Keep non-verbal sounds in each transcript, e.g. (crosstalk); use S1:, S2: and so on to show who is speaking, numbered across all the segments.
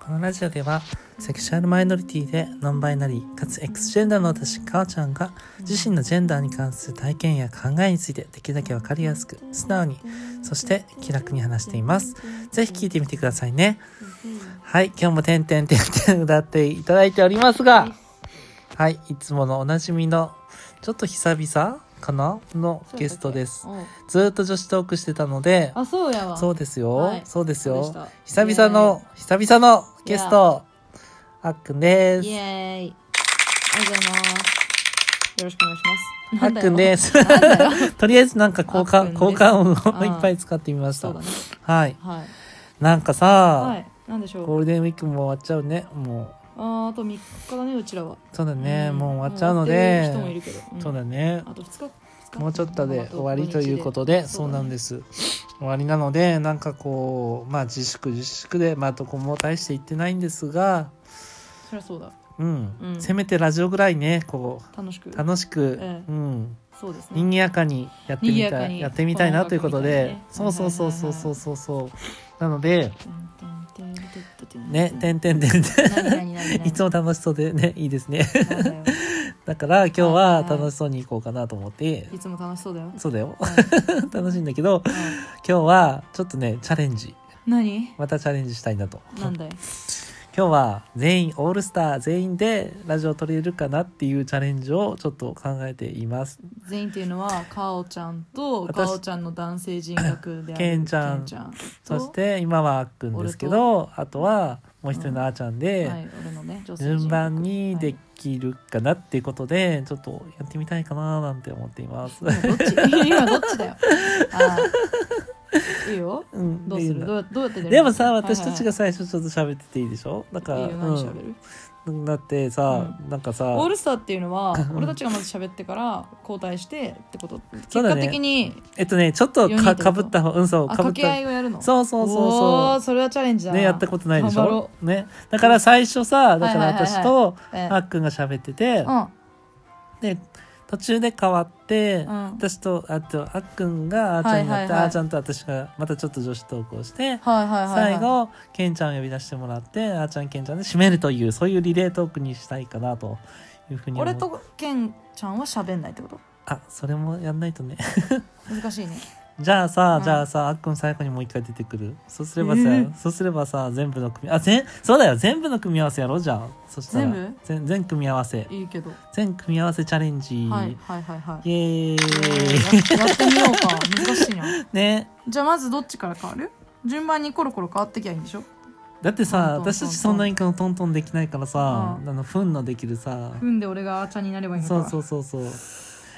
S1: このラジオではセクシュアルマイノリティでノンバイナリーかつ X ジェンダーの私かおちゃんが自身のジェンダーに関する体験や考えについてできるだけ分かりやすく素直にそして気楽に話していますぜひ聞いてみてくださいねはい今日も「てんてんてんてん」歌っていただいておりますがはいいつものおなじみのちょっと久々かなのゲストです
S2: そうだっ
S1: ずーっと女子トークしてたので
S2: けうんあ、そうやわ。
S1: そうですよ、
S2: はい
S1: そうです
S2: そうで
S1: よ
S2: した
S1: 久々の久々のゲストあっくんです
S2: イエーイ。ありがとうございます。よろしくお願いします。。
S1: あっくんですす
S2: なんだよ
S1: (laughs) とりあえずなんか交換
S2: あっくん
S1: 交
S2: です
S1: 換
S2: あ
S1: 音を
S2: ー
S1: いっぱい使ってみまし
S2: そ
S1: た
S2: うだね。
S1: はい
S2: はい。
S1: なんかさ、
S2: はい。なんでしょ
S1: ゴ
S2: う。
S1: ールデンウィークも終わっちゃうねも
S2: あーあと三日だね、うちらは。
S1: うそうだね、
S2: ん
S1: もう終わっちゃうので
S2: もう終わってる人もいるけど。ん
S1: そうだ。ね
S2: あと二日。二日。
S1: もうちょっとで終わりということで、そうなんですす。終わりなので、なんかこう、まあ自粛自粛で、まあどこも大して行ってないんですが、
S2: そりゃそうだ。
S1: うん、
S2: うん
S1: せめてラジオぐらいね、こ
S2: 楽しく
S1: う、。楽しく、
S2: ええ
S1: うん、
S2: そうですね。
S1: 賑やかにやってみ
S2: 賑や
S1: た
S2: か
S1: い、
S2: に
S1: やってみたいなということで、
S2: こ
S1: そ
S2: の
S1: う
S2: 音楽
S1: そう
S2: みたい
S1: そう
S2: にね
S1: そうそうそうそう。なので、
S2: てんてんてんてんてん
S1: ね、てんてんてんてん。
S2: 何何何
S1: (laughs)
S2: 何
S1: いつも楽しそうでね、いいですね。 (laughs)
S2: なんだよ
S1: だから今日は
S2: はい
S1: 楽しそうに行こうかなと思って、
S2: いつも楽しそ
S1: (laughs)
S2: うだよ。
S1: そうだよ。
S2: はい
S1: 楽しいんだけど、
S2: は
S1: 今日はちょっとね、チャレンジ。
S2: い何
S1: またチャレンジしたいなと。
S2: なんだい
S1: 今日は全員オールスター全員でラジオ撮れるかなっていうチャレンジをちょっと考えています
S2: 全員っていうのはかおちゃんと
S1: 私
S2: かおちゃんの男性人格である
S1: けんちゃん
S2: けちゃんと
S1: そして今はあっくんですけどあとはもう一人のあーちゃんで、
S2: はい、俺のね女性人格
S1: 順番に
S2: は
S1: で
S2: い
S1: きるかなっていうことでちょっとやってみたいかななんて思っています。
S2: どっち (laughs) 今どっちだよああいいよ
S1: うん
S2: どうす
S1: ってい
S2: る
S1: う
S2: ど
S1: の
S2: うどうやって出る
S1: でもさ私たちが
S2: さ、
S1: 最初ちょっと喋ってていいでしょだか
S2: はい
S1: ら
S2: はいいいよ何喋る、
S1: うん、だってさ、なんかさ
S2: オールスターっていうのは
S1: うん
S2: 俺たちがまず喋ってから交代してってこと結
S1: そうだ
S2: 果
S1: ね
S2: 的に、
S1: えっとねちょっと
S2: 四人
S1: か
S2: ってこと
S1: かぶった方うんそう
S2: あ
S1: かぶ
S2: 掛
S1: っ
S2: け合
S1: た
S2: いをやるの
S1: そうそうそう
S2: お
S1: そう
S2: ーそれはチャレンジだな
S1: ね、やったことないでし
S2: 頑張ろ
S1: ょ、ね、だから最初さだから
S2: はいはいはいはい
S1: 私と
S2: うええ
S1: あっくんが喋ってて、で途中で変わって、
S2: うん
S1: 私とあとあっくんがあーちゃんになって、
S2: はいはいはい
S1: あーちゃんと私がまたちょっと女子トークをして、
S2: うん、はいはいはい、はい、
S1: 最後けんちゃんを呼び出してもらってあーちゃんけんちゃんで締めるというそういうリレートークにしたいかなというふうに思
S2: 俺
S1: う
S2: とけんちゃんは喋んないってこと
S1: あそれもやんないとね (laughs)
S2: 難しいね
S1: じゃあさ、
S2: うん
S1: じゃあさあっくん最後にもう一回出てくるそうすればさ、
S2: えー
S1: そうすればさ全部の組みあ全そうだよ全部の組み合わせやろうじゃんそしたら
S2: 全部
S1: 全全組み合わせ
S2: いいけど、
S1: 全組み合わせチャレンジ、
S2: はいはいはいはい
S1: イエーイ、
S2: ややってみようか難しいな
S1: ね
S2: じゃあまずどっちから変わる順番にコロコロ変わってきゃいいんでしょ
S1: だってさ
S2: トントン
S1: 私たちそんなにこのトントンできないからさ、
S2: うん
S1: あのフンのできるさ、
S2: 踏んで俺があーちゃんになればいいの
S1: そう
S2: か
S1: そうそうそう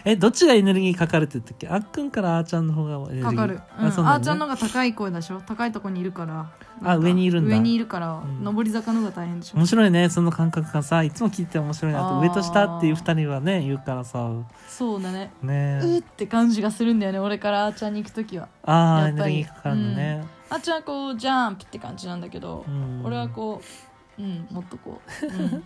S1: えどっちがエネルギーかかるって言ったっけあっくんからあーちゃんの方がエネルギー
S2: かかる、うん
S1: あそう
S2: あ
S1: な
S2: ーちゃんの
S1: の、
S2: 方が高い声でしょ高いとこにいるから
S1: あ上にいるんだ
S2: 上にいるから、
S1: ん
S2: 上り坂の方が大変でしょ
S1: 面白いねその感覚がさいつも聞いてて面白いな
S2: あ
S1: と
S2: ー
S1: 上と下っていう二人はね言うからさ
S2: そうだね
S1: ね
S2: うーって感じがするんだよね俺からあーちゃんに行く時は
S1: ああエ
S2: やっ
S1: ネ
S2: ぱ
S1: ル
S2: り
S1: ギーかかるのね、
S2: あーちゃんはこうジャンプって感じなんだけど、
S1: うん
S2: 俺はこううんもっとこう、うん、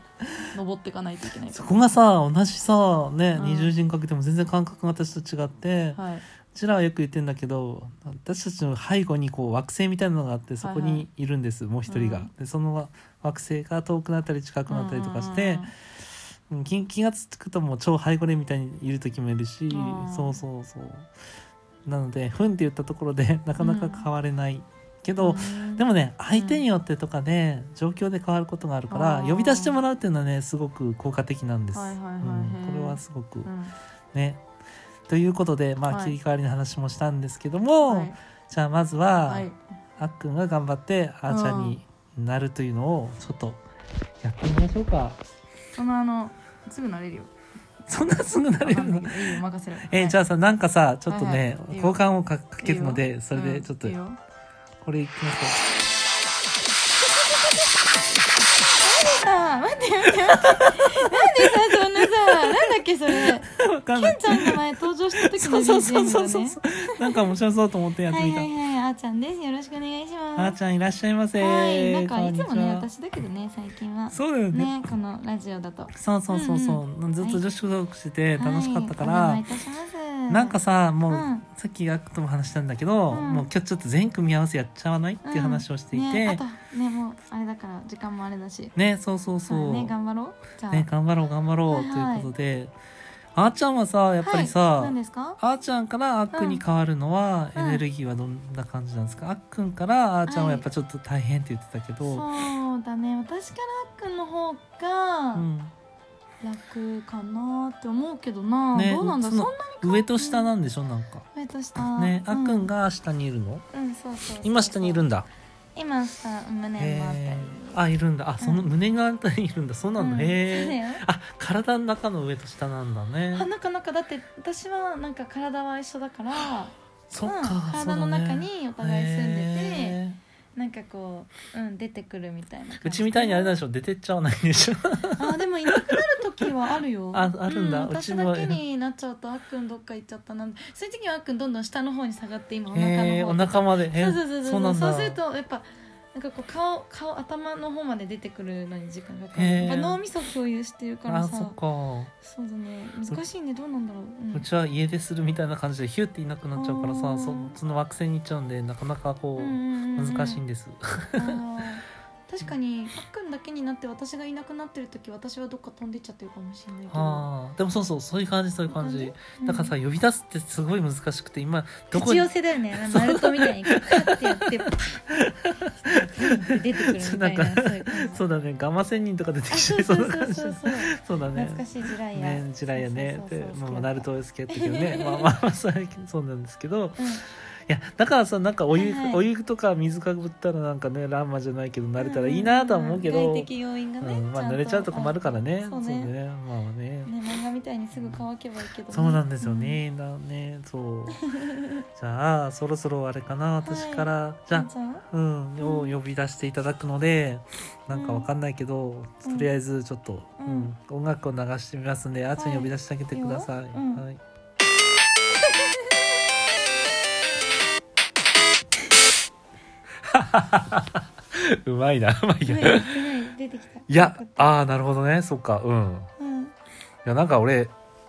S2: 登っていかないといけない
S1: そ
S2: か
S1: こがさ同じさね、
S2: うん
S1: 二重人格でも全然感覚が私と違って、
S2: らはいう
S1: ちらはよく言ってんだけど私たちの背後にこう惑星みたいなのがあってそこ
S2: はいは
S1: にいるんです、もう一人が、
S2: うん
S1: でその惑星が遠くなったり近くなったりとかして、うん気気がつくともう超背後でみたいにいる時もいるし、
S2: うん
S1: そうそうそうなのでふんって言ったところでなかなか変われない、けど、で
S2: も
S1: もね相手によってとかね、状況で変わることがあるから、
S2: あー
S1: 呼び出してもらうっていうのはねすごく効果的なんです、
S2: はいはいはいはい
S1: うんこれはすごく、
S2: うん
S1: ねということで、まあ、
S2: はい
S1: 切り替わりの話もしたんですけども、
S2: はい
S1: じゃあまずは、
S2: はい
S1: あっくんが頑張ってあーちゃんになるというのをちょっとやってみましょうか、
S2: そのあのすぐ慣れ
S1: (laughs)
S2: るよ
S1: そんなすぐなれ
S2: わか
S1: る
S2: ん
S1: の
S2: ないけどいいよ任せろ
S1: えーじゃ
S2: あ
S1: あさなんかさちょっとね、
S2: はいはいいいよ
S1: 交換をかかけるのでそれでちょっと、
S2: いいよ
S1: これいきます
S2: あ待って待って待ってなんでさそんなさなんだっけそれ
S1: かわかんない
S2: ちゃんの前登場した時
S1: そ
S2: の
S1: うそうそう
S2: BGM
S1: そう
S2: だ
S1: そう
S2: ね
S1: なんか面白そうと思ってやっ
S2: は
S1: て
S2: い
S1: みた、
S2: はいはいあーちゃんですよろしくお願いし
S1: あー
S2: ます
S1: ちゃんいらっしゃいませ
S2: はいなんかいつも
S1: こんに
S2: ね
S1: ち
S2: 私だけどね最近は
S1: はそうだよね
S2: ねこのラジオだと
S1: そうそうそうそう、ずっと女子トークしてて楽しかったから、
S2: はいお願いいたします
S1: なんかさもう、
S2: うん
S1: さっきガクとも話したんだけど、
S2: うん
S1: もう今日ちょっと全組み合わせやっちゃわないっていう話をしていて、
S2: うんね、あ
S1: ね
S2: とねもうあれだから時間もあれだし
S1: そうそうそう、
S2: ね
S1: ね
S2: 頑張ろうじゃあ、
S1: 頑張ろう頑張ろう、
S2: はいはい
S1: ということであーちゃんはさやっぱりさ、
S2: はい、何ですか
S1: あーちゃんからあっくんに変わるのは
S2: う
S1: エ
S2: ん
S1: ネルギーはどんな感じなんですか、あっくんからあーちゃんはやっぱちょっと大変って言ってたけど、
S2: そうだね私からあっくんの方が
S1: う
S2: 楽かなって思うけどな、
S1: ね
S2: どうなんだ
S1: そ
S2: そ
S1: の、
S2: んなん
S1: 上と下なんでしょなんか
S2: 上と下
S1: ね、
S2: う
S1: あっくんが下にいるの
S2: うんそうそうそう
S1: 今下にいるんだ
S2: 今下胸もあったり
S1: へーあいるんだあその胸があたりにいるんだそうなんだ、
S2: うんそうだ
S1: へえ
S2: よ
S1: あ体の中の上と下なんだ
S2: あ
S1: ね
S2: なんかなんかだって私はなんか体は一緒だから
S1: そっ
S2: うん、
S1: か、そう
S2: 体
S1: だ
S2: の
S1: ね
S2: 中にお互い住んでて、
S1: へ
S2: なんかこう、うん、出てくるみたいな感
S1: ーう
S2: じ
S1: ちみたいにあれなんでしょ出てっちゃわないでしょ
S2: あでもいなくなる時はあるよ
S1: (laughs) ああるんだ
S2: う
S1: うち
S2: 私
S1: も
S2: だけになっちゃうとあっくんどっか行っちゃったなんそういう時はあっくんどんどん下の方に下がって今お腹の
S1: へえお
S2: 方とか
S1: 腹までへー
S2: そうそうそう
S1: そ
S2: そうう
S1: なんだ
S2: そうするとやっぱなんかこう顔顔頭の方まで出てくるのに時間がかかる
S1: へー
S2: やっぱ脳みそ共有してるから
S1: あ
S2: さ
S1: そっか
S2: そうだね難しいねどうなんだろう、うん
S1: うちは家出するみたいな感じでヒュッていなくなっちゃうから
S2: あ
S1: さ
S2: ー
S1: そその惑星に行っちゃうんでなかなかこう難しいん
S2: で
S1: です、
S2: 確かにあっくんだけになって私がいなくなってる時私はどっか飛んでっちゃってるかもしれないけど
S1: あーでもそうそうそういう感じそういう感じ、
S2: うん
S1: だからさ呼び出すってすごい難しくて今どこ
S2: 口
S1: に
S2: 寄せだよねあのナルトみたいにカッてやってパッて出てくるみたいな
S1: そうなんか
S2: そういう感じ
S1: そうだねガマ仙人とか出て
S2: あ
S1: きち
S2: そ
S1: ゃ
S2: う
S1: い
S2: そ
S1: そううな
S2: そう
S1: 感じ
S2: そうそう
S1: そうだね
S2: 懐かしい時代や
S1: ね時代やね
S2: そう
S1: で
S2: そうそう
S1: ま
S2: そう
S1: あナルト好きやったけどねまあまあまあそうやけどそうなんですけど
S2: うん
S1: いやだからさなんかお湯、
S2: はいはい
S1: お湯とか水かぶったらなんかねランマじゃないけど慣れたらいいなとは思うけど、
S2: 外的要因がね、
S1: うんまあ、濡れちゃうと困るからね。そ
S2: そうう
S1: ね
S2: ね。
S1: まあね。
S2: ね漫画みたいにすぐ乾けばいいけどね、
S1: そうなんですよね。だね。 (laughs) そう。じゃあ、そろそろあれかな。私から、じ
S2: うん。
S1: ゃ
S2: じゃ
S1: あ、うん、を呼び出していただくので、なんかわかんないけど、
S2: うん
S1: とりあえずちょっと、う
S2: うんん、
S1: 音楽を流してみますんで、あーちゃん
S2: はい
S1: 呼び出してあげてください。
S2: いいようん
S1: (laughs) はい。うまいな。うまい
S2: あ、
S1: や。
S2: はいはい出てきた。
S1: いや、ああ、なるほどね。そっか、うん。
S2: うん、
S1: いやなんか俺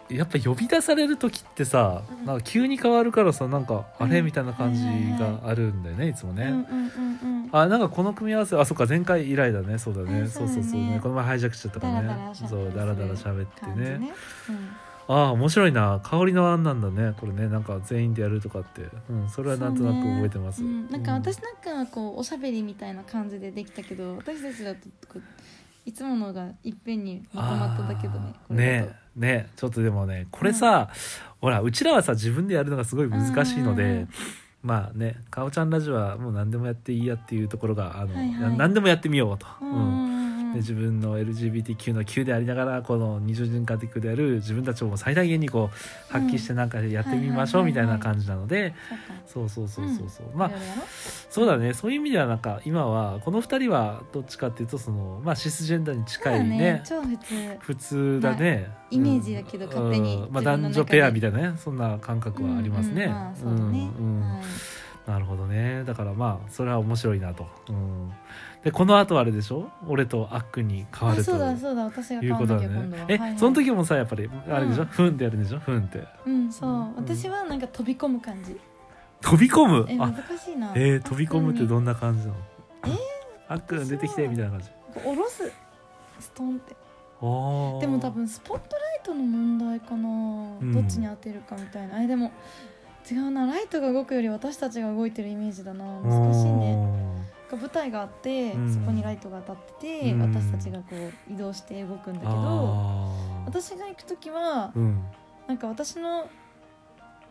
S1: やっぱ呼び出される時ってさ、
S2: うん
S1: なんか急に変わるからさなんか
S2: う
S1: あ
S2: ん
S1: れみたいな感じ
S2: はいはい
S1: があるんだよねいつもね、
S2: うんうんうんうん。
S1: あなんかこの組み合わせあそっか前回以来だねそうだね
S2: あ
S1: そ
S2: そううだ
S1: そ
S2: ね
S1: うそうねこの前ハイジャックしちゃったからね
S2: ダラダラ喋ったり
S1: そうダラダラ喋って
S2: 感じ
S1: ね
S2: ね。うん。
S1: ああ面白いな香りの案なんだねこれねなんか全員でやるとかって、うん、それはなんとなく覚えてます、
S2: そうねうん、なんか私なんかはこうおしゃべりみたいな感じでできたけど私たちだとこういつものがいっぺんにまとまっただけどね
S1: あーねえねえちょっとでもねこれさ、ほらうちらはさ自分でやるのがすごい難しいので、
S2: うんうんうん
S1: まあね「かおちゃんラジオ」はもう何でもやっていいやっていうところがあの、
S2: はいはい
S1: 何でもやってみようと。
S2: う
S1: うんん
S2: うんうん
S1: で自分の LGBTQ の Q でありながらこの二重人格的である自分たちをもう最大限にこう発揮してなんかやってみましょう
S2: はい
S1: み
S2: はい
S1: たな
S2: はいいは
S1: い感じなので
S2: そうか
S1: そうそうそうそうそうま
S2: ま
S1: あ
S2: あ
S1: そうだねそういう意味ではなんか今はこの二人はどっちかっていうとそのまあシスジェンダーに近いね
S2: 超普通
S1: 普通だね、
S2: イメージだけど勝手に
S1: うんまあ、
S2: 自分の中で
S1: 男女ペアみたいなねそんな感覚はありますね
S2: うんうんまあそうだね
S1: うんうん
S2: はい
S1: なるほどねだからまあそれは面白いなと、うん、でこの後あれでしょ俺とあっくんに変わ
S2: あ
S1: ると
S2: そうだそうだ私が
S1: い
S2: 買
S1: う
S2: わ
S1: こと
S2: なきゃ
S1: だ
S2: 今度は
S1: ねえ、
S2: はいはい
S1: その時もさやっぱりあれでしょ、
S2: うん
S1: ふんってやるんでしょふんって
S2: うんそう、
S1: うん
S2: 私はなんか飛び込む感じ
S1: 飛び込む
S2: え難
S1: あ
S2: しいな
S1: えー飛び込むってど
S2: ん
S1: んな感じなの
S2: えー
S1: あっくん出てきてみたいな感じ
S2: 下ろすストンって
S1: おー
S2: でも多分スポットライトの問題かな、
S1: うん
S2: どっちに当てるかみたいなえでも違うなライトが動くより私たちが動いてるイメージだな難しいねなんか舞台があって、
S1: うん
S2: そこにライトが当たってて、
S1: うん
S2: 私たちがこう移動して動くんだけど
S1: あー
S2: 私が行く時は、
S1: うん
S2: なんか私の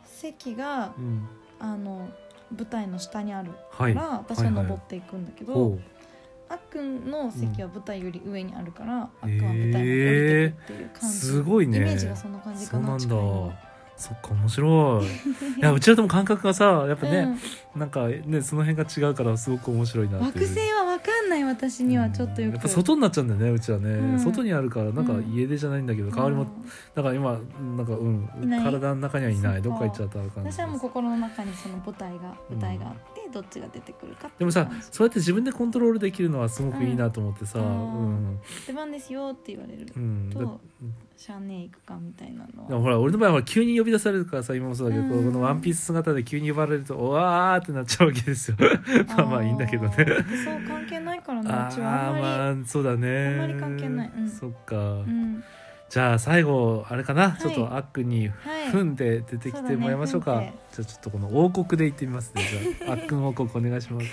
S2: 席が
S1: うん
S2: あの舞台の下にある
S1: は
S2: か
S1: い
S2: ら、私は登っていくんだけど、
S1: ほう
S2: あっくんの席は舞台より上にあるから、あっ
S1: う
S2: く
S1: ん
S2: んは舞台に降りてくっていう感
S1: えー
S2: じ、
S1: すごいね
S2: イメージがそんな感じ
S1: そ
S2: か
S1: うな
S2: なん
S1: だ
S2: 近いの
S1: そっか面白
S2: (laughs)
S1: いいやうちらとも感覚がさやっぱね、なんかねその辺が違うからすごく面白いな
S2: う
S1: っ
S2: ん、
S1: ていう
S2: 惑星は分かんない私にはちょっとよ
S1: うん
S2: く
S1: やっぱ外になっちゃうんだよねうちはね、
S2: うん
S1: 外にあるからなんか
S2: うん
S1: 家出じゃないんだけど、代わりもだから今なんかうん
S2: いない
S1: 体の中にはいない
S2: そ
S1: ど
S2: っ
S1: っ
S2: か
S1: か行っちゃった感じ
S2: 私はもう心の中にその舞台が
S1: うん
S2: 舞台があって、どっちが出てくるかって
S1: でもさ
S2: 感じ
S1: そうやって自分でコントロールできるのはすごくいいなと思ってさ、う
S2: うん
S1: ん
S2: 出番ですよって言われる
S1: うんだ
S2: とシャーネー行くかみたいなの
S1: で
S2: は
S1: もほら俺の場合はほら急に呼び出されるからさ今もそうだけど、
S2: うん
S1: このワンピース姿で急に呼ばれるとおわーってなっちゃうわけですよまあまあいいんだけどね
S2: あー服装関係ないからね
S1: あ
S2: うちはあんまり、
S1: ーまあそうだね
S2: あんまり関係ないうん
S1: そっか、
S2: うん
S1: じゃあ最後あれかな、
S2: い
S1: ちょっとあっくんに
S2: はい
S1: ふんで出てきてもらいましょう
S2: そ
S1: か、
S2: うだね
S1: じゃあちょっとこの王国で行ってみますねじゃあ
S2: (laughs)
S1: あっくん王国お願いします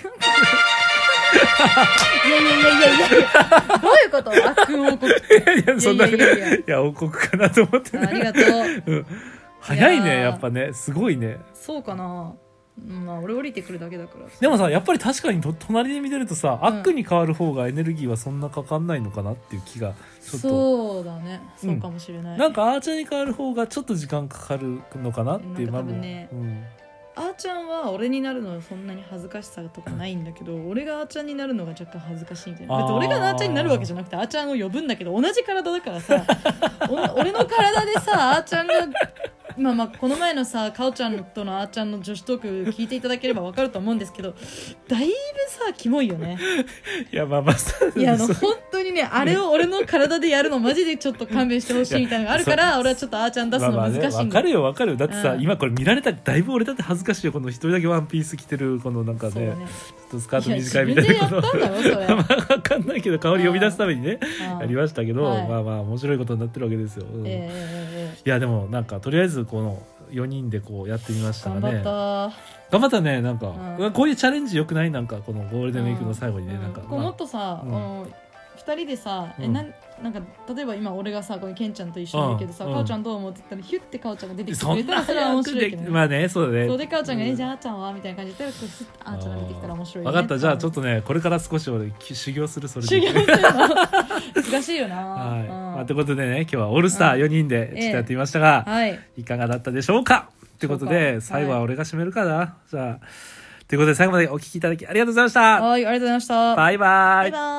S2: いやいやいやいやいやどういうこと悪運王国
S1: いやいや (laughs) そんない
S2: やいやいやいや
S1: いや王国かなと思って
S2: ああり
S1: ね
S2: がとう
S1: うん早い
S2: いや
S1: ね
S2: ー
S1: やっぱねすごいね
S2: そうかなまあ俺降りてくるだけだから
S1: でもさやっぱり確かにと隣で見てるとさ、
S2: うん
S1: 悪に変わる方がエネルギーはそんなかかんないのかなっていう気がちょっと
S2: そうだねそうかもしれない、
S1: なんかアーチャーに変わる方がちょっと時間かかるのかなっていう
S2: なんか多分ね
S1: まあうん
S2: あーちゃんは俺になるのはそんなに恥ずかしさとかないんだけど、俺があーちゃんになるのが若干恥ずかしいみたいなだって
S1: あー
S2: 俺があーちゃんになるわけじゃなくてあーちゃんを呼ぶんだけど同じ体だか
S1: (laughs)
S2: らさお俺の体でさあーちゃんがまあまあこの前のさかおちゃんとのあーちゃんの女子トーク聞いていただければわかると思うんですけどだいぶさキモいよね
S1: いやまあまあそう
S2: いやあ
S1: そ
S2: の
S1: う
S2: 本当にねあれを俺の体でやるのマジでちょっと勘弁してほしいみたいなのがあるから俺はちょっとあーちゃん出すの難しいんだ
S1: まあまあね、わかるよわかるよだってさ、
S2: うん
S1: 今これ見られたらだいぶ俺だって恥ずかしいよこの一人だけワンピース着てるこのなんか
S2: そう
S1: ね
S2: だね
S1: ちょっとスカート
S2: いや
S1: 短
S2: 自
S1: いみ
S2: 分
S1: た
S2: で
S1: い
S2: や
S1: な
S2: っ
S1: こと
S2: たんだろそれ
S1: (laughs) まあわかんないけど香り呼び出すためにね
S2: あ
S1: やりましたけど、
S2: はい
S1: まあまあ面白いことになってるわけですよ、うん
S2: えええ
S1: い
S2: えええ
S1: やでもなんかとりあえずこの4人でこうやってみました
S2: 頑
S1: が
S2: 張
S1: ね
S2: った
S1: 頑張ったねなんか、
S2: うん
S1: うんこういうチャレンジよくないなんかこのゴールデンウィークの最後にね、
S2: うん
S1: なんか、
S2: こ
S1: ま
S2: う
S1: あ
S2: もっとさ、
S1: うん
S2: あの2人でさ、
S1: うん
S2: えなんなんか例えば今俺がさこれケンちゃんと一緒にいるけどさ、
S1: うん
S2: かおちゃんどう思うって言ったらヒュッてかおちゃんが出てきて
S1: そ
S2: くれ
S1: ん
S2: たら
S1: な
S2: それは
S1: 早
S2: 面
S1: く
S2: 白い
S1: で
S2: け
S1: き
S2: ど、ね
S1: まあねそうだね
S2: そうでかおちゃんが「
S1: う
S2: えじゃああーちゃんは?」みたいな感じで言ったらこうスッとあーちゃんが出てきたら面白い、ね、
S1: 分かったじゃあちょっとねこれから少し俺き修行するそれで
S2: 修行 (laughs) するの難しいよな
S1: はい。まあ
S2: うん
S1: ということでね、今日はオールスター4人でちょっとやってみましたが、
S2: はい
S1: いかがだったでしょうかということ
S2: そ
S1: で、
S2: うか
S1: 最後は俺が締めるかな。じゃあ、ということで最後までお聞きいただきありがとうございました。
S2: はいありがとうございました
S1: バイバ
S2: バ
S1: イ
S2: イ。バイ